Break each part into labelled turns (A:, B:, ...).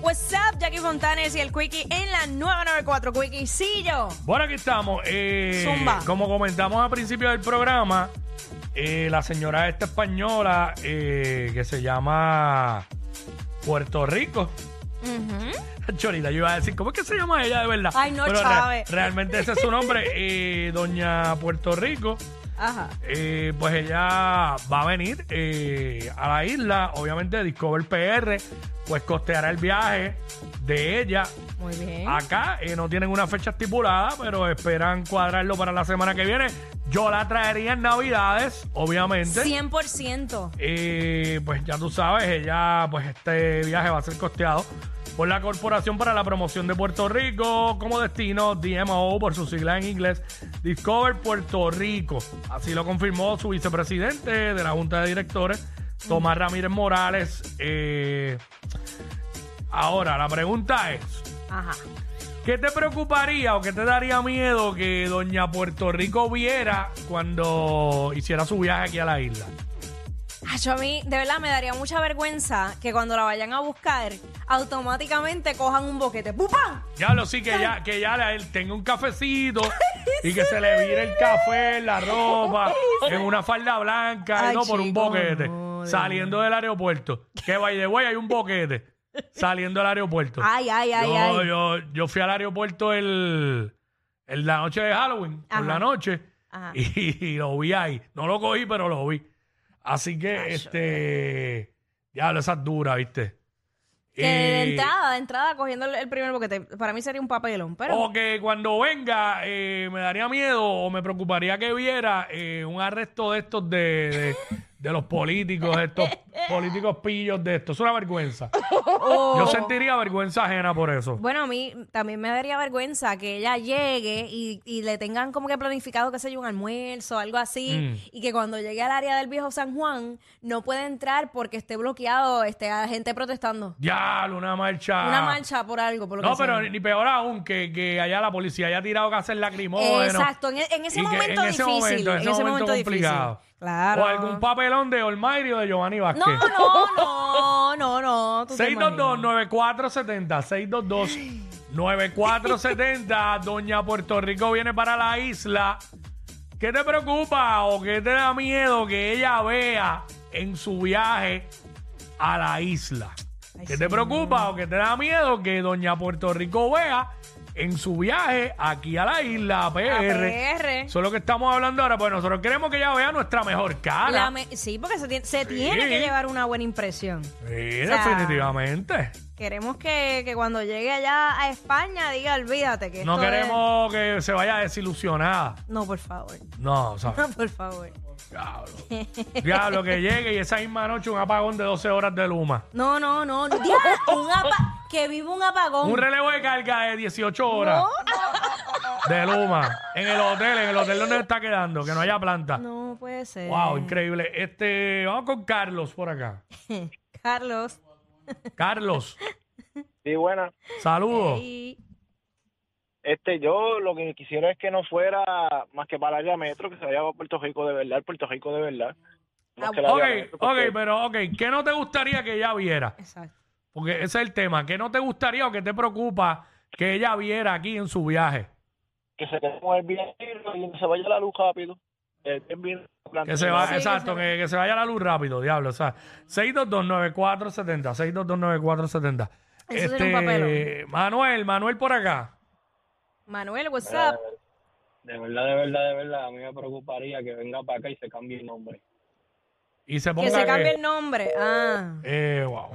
A: What's up, Jackie Fontanes y el Quickie en la 994 Quickiecillo.
B: Bueno, aquí estamos. Eh,
A: Zumba.
B: Como comentamos al principio del programa, eh, la señora esta española eh, que se llama Puerto Rico. Chorita, yo iba a decir, ¿cómo es que se llama ella de verdad?
A: Ay, no,
B: Pero
A: Chávez.
B: realmente ese es su nombre, eh, Doña Puerto Rico.
A: Ajá.
B: Eh, pues ella va a venir eh, a la isla, obviamente Discover PR, pues costeará el viaje de ella
A: Muy bien.
B: Acá eh, no tienen una fecha estipulada, pero esperan cuadrarlo para la semana que viene. Yo la traería en Navidades, obviamente.
A: 100%.
B: Eh, pues ya tú sabes, ella, pues este viaje va a ser costeado por la Corporación para la Promoción de Puerto Rico como destino, DMO por su sigla en inglés, Discover Puerto Rico. Así lo confirmó su vicepresidente de la Junta de Directores, Tomás Ramírez Morales. Eh, ahora, la pregunta es...
A: Ajá.
B: ¿Qué te preocuparía o qué te daría miedo que Doña Puerto Rico viera cuando hiciera su viaje aquí a la isla?
A: Ah, yo a mí, de verdad, me daría mucha vergüenza que cuando la vayan a buscar, automáticamente cojan un boquete. ¡Pupam!
B: Ya lo sí, que ya, que ya la- tenga un cafecito y que se le vire el café en la ropa, en una falda blanca,
A: Ay,
B: y no por un
A: chico,
B: boquete,
A: no, de
B: saliendo del aeropuerto. Que vaya de way hay un boquete saliendo del aeropuerto.
A: Ay, ay, ay,
B: yo,
A: ay.
B: yo- yo fui al aeropuerto el, el- la noche de Halloween,
A: Ajá.
B: por la noche,
A: Ajá.
B: y, lo vi ahí. No lo cogí, pero lo vi. Así que, este, diablo, esa es dura, ¿viste?
A: Que de
B: Y-
A: entrada, de entrada, cogiendo el- el primer boquete. Para mí sería un papelón, pero.
B: o que cuando venga eh, me daría miedo o me preocuparía que viera eh, un arresto de estos de, de- de los políticos, de estos políticos pillos de estos. Es una vergüenza.
A: O-
B: Yo sentiría vergüenza ajena por eso.
A: Bueno, a mí también me daría vergüenza que ella llegue y, y le tengan como que planificado, qué sé yo, un almuerzo o algo así,
B: Mm.
A: y que cuando llegue al área del viejo San Juan no pueda entrar porque esté bloqueado, esté a gente protestando.
B: Diablo, una marcha.
A: Una marcha por algo, por lo
B: Ah. No,
A: que sea.
B: pero ni peor aún que, que allá la policía haya tirado gases lacrimógenos.
A: Exacto, en, e- en ese
B: Y que
A: momento
B: en ese
A: difícil.
B: momento, en ese momento complicado.
A: difícil. Claro.
B: O algún papelón de Olmairi o de Giovanni Vázquez.
A: No, no, no, no, no. tú te
B: 622-9470, 622-9470. Doña Puerto Rico viene para la isla. ¿Qué te preocupa o qué te da miedo que ella vea en su viaje a la isla?
A: Ay,
B: ¿Qué te
A: señor.
B: preocupa o qué te da miedo que Doña Puerto Rico vea en su viaje aquí a la isla, a PR?
A: imaginas. A PR.
B: Eso es lo que estamos hablando ahora. Pues nosotros queremos que ella vea nuestra mejor cara.
A: La me- sí, porque se tiene, se tiene que llevar una buena impresión.
B: Sí,
A: O sea,
B: definitivamente.
A: Queremos que, que cuando llegue allá a España diga, olvídate que
B: No
A: esto es-
B: queremos que se vaya desilusionada.
A: No, por favor.
B: No, o sea,
A: No, por favor.
B: diablo. Diablo, que llegue y esa misma noche un apagón de 12 horas de luma.
A: No, no, no. no. Diablo, un apa- que viva un apagón.
B: Un relevo de carga de 18 horas de luma. En el hotel, en el hotel donde está quedando, que no haya planta.
A: No puede ser.
B: Wow, increíble. Este, vamos con Carlos por acá.
A: Carlos.
B: Carlos,
C: Sí, buena.
B: saludos.
A: Y-
C: Este, yo lo que quisiera es que no fuera más que para el área metro, que se vaya a Puerto Rico de verdad, Puerto Rico de verdad.
A: Ah,
C: Más que el
B: Ok,
C: área metro,
B: ok, pues-
C: porque
B: pero ok, ¿qué no te gustaría que ella viera?
A: Exacto.
B: Porque ese es el tema. ¿Qué no te gustaría o qué te preocupa que ella viera aquí en su viaje?
C: Que se quede con el bien y que se vaya la luz rápido. El, el bien-
B: Que se va,
A: Sí, que
B: exacto,
A: se-
B: que, que se vaya la luz rápido, diablo. O sea, 6229470, 6229470.
A: Eso sería un papelón.
B: Este, Manuel, Manuel por acá.
A: Manuel, what's up?
C: De verdad, de verdad, de verdad, a mí me preocuparía que venga para acá y se cambie el nombre.
B: Y se ponga
A: Que se cambie
B: que-
A: el nombre. Ah.
B: Eh, wow.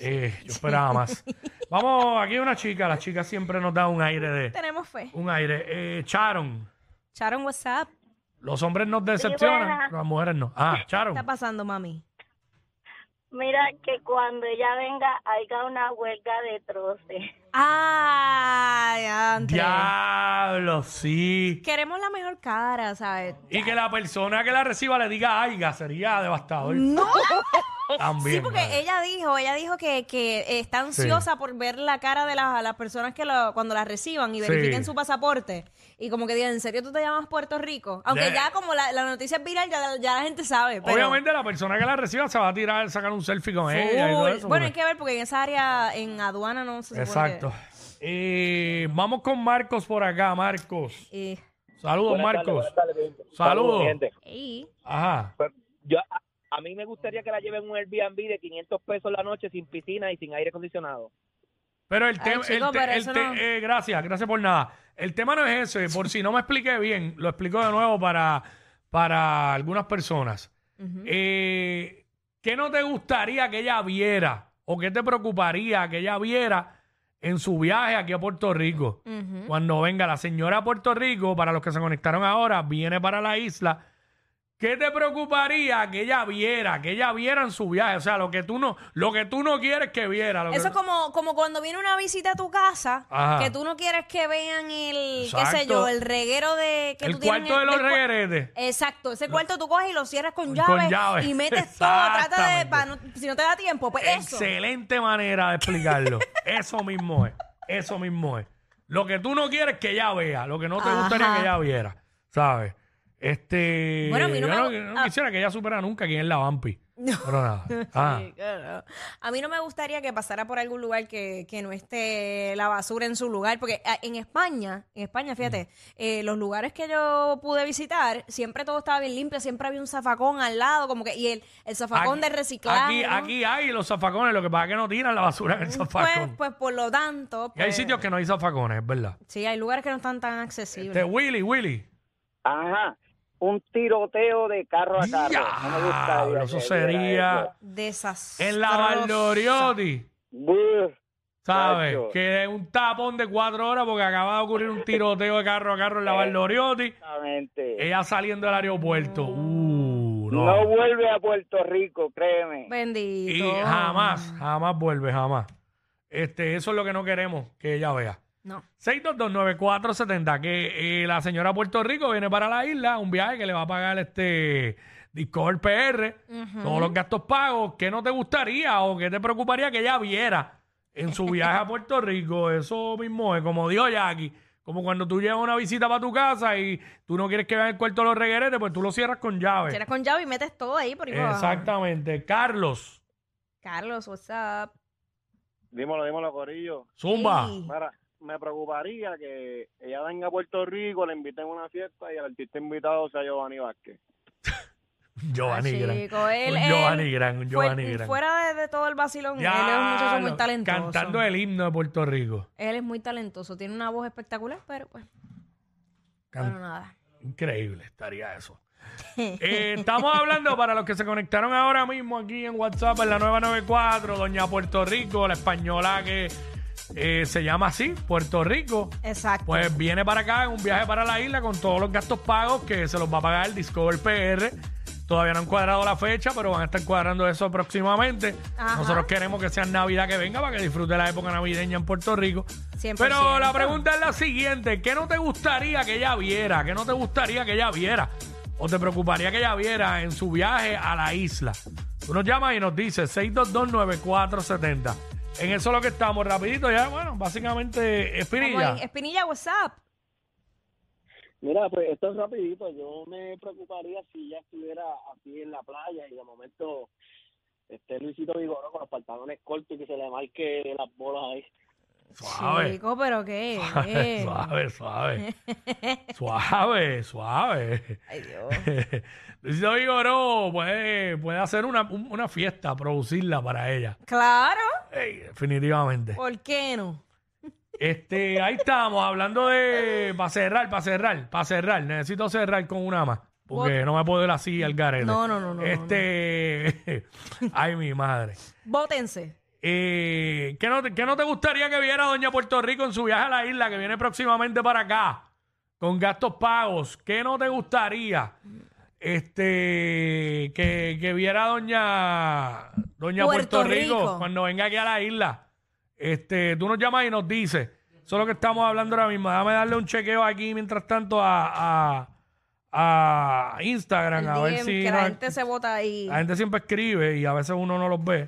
B: Eh, yo esperaba más. Vamos, aquí hay una chica. La chica siempre nos da un aire de.
A: Tenemos fe.
B: Un aire. Eh, Charon.
A: Charon, what's up?
B: Los hombres nos decepcionan,
D: buenas.
B: las mujeres no. Ah,
A: ¿Qué
B: Charon.
A: está pasando, mami?
D: Mira, que cuando ella venga, haya una huelga de troce.
A: Ay, antes.
B: Diablo, sí.
A: Queremos la mejor cara, ¿sabes?
B: Y que la persona que la reciba le diga aiga, sería devastador.
A: No.
B: También.
A: Sí, porque
B: madre.
A: ella dijo, ella dijo que, que está ansiosa por ver la cara de las, las personas que lo- cuando las reciban y
B: Sí.
A: verifiquen su pasaporte. Y como que digan, ¿en serio tú te llamas Puerto Rico? Aunque
B: Yeah.
A: ya como la, la noticia es viral, ya, ya la gente sabe. Pero
B: Obviamente la persona que la reciba se va a tirar, sacar un selfie con ella y todo
A: Full.
B: eso.
A: bueno, hay
B: porque-
A: que ver porque en esa área, en aduana, no se supone
B: Exacto. Eh, vamos con Marcos por acá, Marcos.
A: que- Eh,
B: Saludos,
C: Buenas tardes,
B: Marcos.
C: buenas tardes, gente.
B: Saludos.
C: mi gente.
A: ey.
B: Ajá.
C: Pues, yo, a, a mí me gustaría que la lleven un Airbnb de 500 pesos la noche sin piscina y sin aire acondicionado.
B: Pero el
A: Ay,
B: tema.
A: chico, pero eso no-
B: gracias, gracias por nada. El tema no es ese. Por si no me expliqué bien, lo explico de nuevo para, para algunas personas.
A: Ujú.
B: Eh, ¿Qué no te gustaría que ella viera? ¿O qué te preocuparía que ella viera en su viaje aquí a Puerto Rico?
A: Ujú.
B: Cuando venga la señora a Puerto Rico, para los que se conectaron ahora, viene para la isla. ¿Qué te preocuparía que ella viera, que ella viera en su viaje? O sea, lo que tú no, lo que tú no quieres que viera. lo que-
A: Eso es como, como cuando viene una visita a tu casa,
B: Ajá.
A: que tú no quieres que vean el, qué sé
B: Exacto.
A: yo, el reguero de... Que
B: el
A: tú tienes
B: cuarto de
A: en-
B: los
A: del cua-
B: regueretes.
A: Exacto, ese cuarto tú coges y lo cierras con
B: Con
A: llaves,
B: llaves.
A: y metes todo, trata de...
B: Exactamente.
A: pa' no- si no te da tiempo, pues eso.
B: Excelente manera de explicarlo. eso mismo es. Eso mismo es. Lo que tú no quieres que ella vea, lo que no te gustaría
A: Ajá.
B: que ella viera, ¿sabes? Este.
A: Bueno, a mí no
B: yo
A: me
B: no,
A: gu-
B: yo no
A: ah.
B: quisiera que ella supiera nunca quién es la vampi. No. Pero nada. Ah,
A: Sí, claro. A mí no me gustaría que pasara por algún lugar que, que no esté la basura en su lugar, porque ah, en España, en España, fíjate, eh, los lugares que yo pude visitar, siempre todo estaba bien limpio, siempre había un zafacón al lado, como que, y el, el zafacón de reciclaje.
B: Aquí,
A: ¿no?
B: aquí hay los zafacones, lo que pasa es que no tiran la basura en el
A: Pues,
B: zafacón.
A: pues por lo tanto.
B: y hay
A: pues,
B: sitios que no hay zafacones, es verdad.
A: Sí, hay lugares que no están tan accesibles.
B: Este, Willy, Willy.
E: Ajá, un tiroteo de carro a carro. No me gustaría
B: Diablo,
E: que
B: eso
E: viera
B: sería
A: Desastroso.
B: en la Valdoriotti.
E: Buh,
B: ¿Sabes?
E: Chacho.
B: Que es un tapón de cuatro horas porque acaba de ocurrir un tiroteo de carro a carro en la Valdoriotti.
E: Exactamente.
B: Ella saliendo del aeropuerto. Uh,
E: No.
B: Eh, no.
E: vuelve a Puerto Rico, créeme.
A: Bendito.
B: y jamás, jamás vuelve, jamás. Este, eso es lo que no queremos que ella vea.
A: No.
B: 6229470, que eh, la señora de Puerto Rico viene para la isla, un viaje que le va a pagar este Discover PR, todos los gastos pagos, ¿qué no te gustaría o qué te preocuparía que ella viera en su viaje a Puerto Rico? Eso mismo es, como dijo Jackie, como cuando tú llevas una visita para tu casa y tú no quieres que vean el cuarto de los regueretes, pues tú lo cierras con llave.
A: Cierras con llave y metes todo ahí por ahí para abajo.
B: Exactamente. Carlos,
A: Carlos, what's up?
C: Dímelo, dímelo, Corillo.
B: Zumba.
A: Ey.
C: Mira, me preocuparía que ella venga a Puerto Rico, le inviten a una fiesta y el artista invitado sea Giovanni Vázquez.
B: Giovanni
A: Ah,
B: Gran.
A: chico, él-
B: un
A: él
B: Giovanni Gran, un
A: Fue-
B: Giovanni Gran.
A: Fuera de, de todo el vacilón, él es un
B: Ya,
A: muchacho muy
B: lo-
A: talentoso.
B: Cantando el himno de Puerto Rico.
A: Él es muy talentoso, tiene una voz espectacular, pero pues,
B: Can-
A: bueno, nada.
B: Increíble, estaría eso. Eh, estamos hablando para los que se conectaron ahora mismo aquí en WhatsApp en la 994, Doña Puerto Rico, la española que eh, se llama así, Puerto Rico.
A: Exacto.
B: Pues viene para acá en un viaje para la isla con todos los gastos pagos que se los va a pagar el Discover PR. Todavía no han cuadrado la fecha, pero van a estar cuadrando eso próximamente.
A: Ajá.
B: Nosotros queremos que sea Navidad que venga para que disfrute la época navideña en Puerto Rico.
A: 100%.
B: Pero la pregunta es la siguiente: ¿qué no te gustaría que ella viera? ¿Qué no te gustaría que ella viera? ¿O te preocuparía que ella viera en su viaje a la isla? Tú nos llamas y nos dices 6229470. En eso es lo que estamos, rapidito ya, bueno, básicamente,
A: Vamos
B: Espinilla.
A: ahí. Espinilla, what's up?
C: Mira, pues esto es rapidito. Yo me preocuparía si ella estuviera aquí en la playa y de momento esté Luisito Vigoró con los pantalones cortos y que se le marque las bolas ahí.
B: Suave.
A: Chico, pero qué.
B: Suave,
A: eh.
B: suave, suave. Suave, suave.
A: Ay, Dios.
B: Luisito Vigoró puede, puede hacer una, un- una fiesta, producirla para ella.
A: Claro,
B: Ey, definitivamente.
A: ¿por qué no?
B: Este, ahí estábamos hablando de. Para cerrar, para cerrar, para cerrar. Necesito cerrar con una más. Porque no me puedo ir así al garete.
A: No, no, no, no, no,
B: Este. Ay, mi madre.
A: Vótense.
B: Eh, ¿qué, no te, qué no te gustaría que viera Doña Puerto Rico en su viaje a la isla que viene próximamente para acá? Con gastos pagos. ¿Qué no te gustaría? Este que, que viera Doña Doña Puerto,
A: Puerto
B: Rico,
A: Rico.
B: cuando venga aquí a la isla. Este, tú nos llamas y nos dices. Eso es lo que estamos hablando ahora mismo. Déjame darle un chequeo aquí mientras tanto a, a, a Instagram.
A: El
B: a ver
A: DM,
B: si
A: que la
B: nos-
A: gente se vota ahí.
B: la gente siempre escribe y a veces uno no los ve.
A: ¿A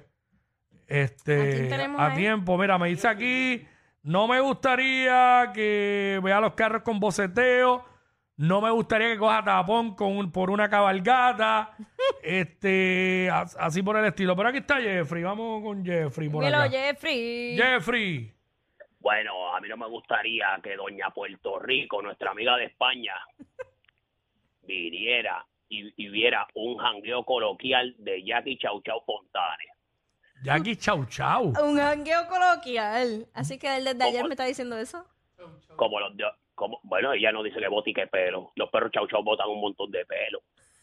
A: quién
B: Este,
A: tenemos
B: a
A: ahí?
B: tiempo. Mira, me dice aquí, no me gustaría que vea los carros con boceteo. No me gustaría que coja tapón con un- por una cabalgata. este, as- así por el estilo. Pero aquí está Jeffrey. Vamos con Jeffrey por
A: Dímelo,
B: acá.
A: Jeffrey.
B: Jeffrey.
F: Bueno, a mí no me gustaría que doña Puerto Rico, nuestra amiga de España, viniera y, y viera un jangueo coloquial de Jackie Chau Chau Fontanes.
B: Jackie, chau, chau.
A: Un jangueo coloquial. Así que él desde ayer me está diciendo eso.
F: Como los de- como, bueno, ella no dice que bota y que pelo. Los perros Chau Chau botan un montón de pelo.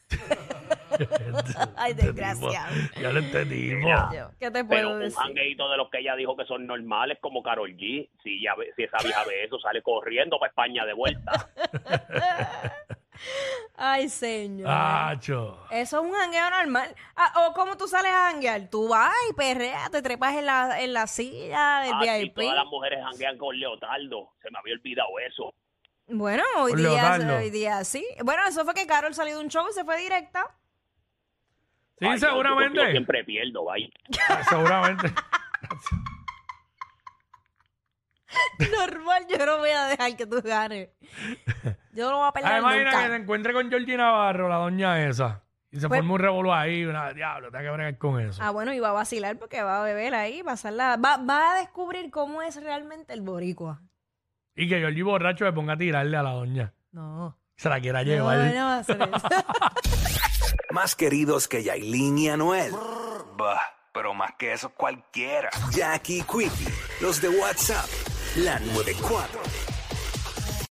A: Ay, desgraciado.
B: Ya le entendí.
A: Yo, ¿Qué te
F: Pero
A: puedo
F: un
A: decir?
F: jangueito de los que ella dijo que son normales, como Carol G. Si, ella ve- si esa vieja ve eso, sale corriendo para España de vuelta.
A: Ay, señor.
B: Ah. Acho.
A: Eso es un jangueo normal. Ah, o cómo tú sales a janguear. Tú vas y perreas, te trepas en la, en la silla del
F: Ah, sí,
A: VIP.
F: todas las mujeres janguean con Leotardo. Se me había olvidado eso.
A: Bueno, hoy
B: Con
A: día,
B: Leotardo.
A: hoy día sí. Bueno, eso fue que Carol salió de un show y se fue directa.
B: Sí,
F: Ay, yo- yo-
B: seguramente.
F: Yo, siempre pierdo, vaya.
B: Seguramente.
A: Normal, yo no voy a dejar que tú ganes. Yo no voy a
B: Ah,
A: pelear
B: imagina que
A: Pues nunca.
B: se encuentre con Georgina Navarro, la doña esa. Y se
A: Pues-
B: forma un revolú ahí, una diablo, tengo que bregar con eso.
A: Ah, bueno, y va a vacilar porque va a beber ahí, pasarla. Va, va a descubrir cómo es realmente el boricua.
B: Y que Georgie borracho se ponga a tirarle a la doña.
A: No.
B: Se la quiera
A: No, no
B: llevar.
A: va a hacer eso.
G: Más queridos que Yailin y Anuel. Bah, pero más que eso cualquiera. Jackie Quickie, los de WhatsApp, la 94.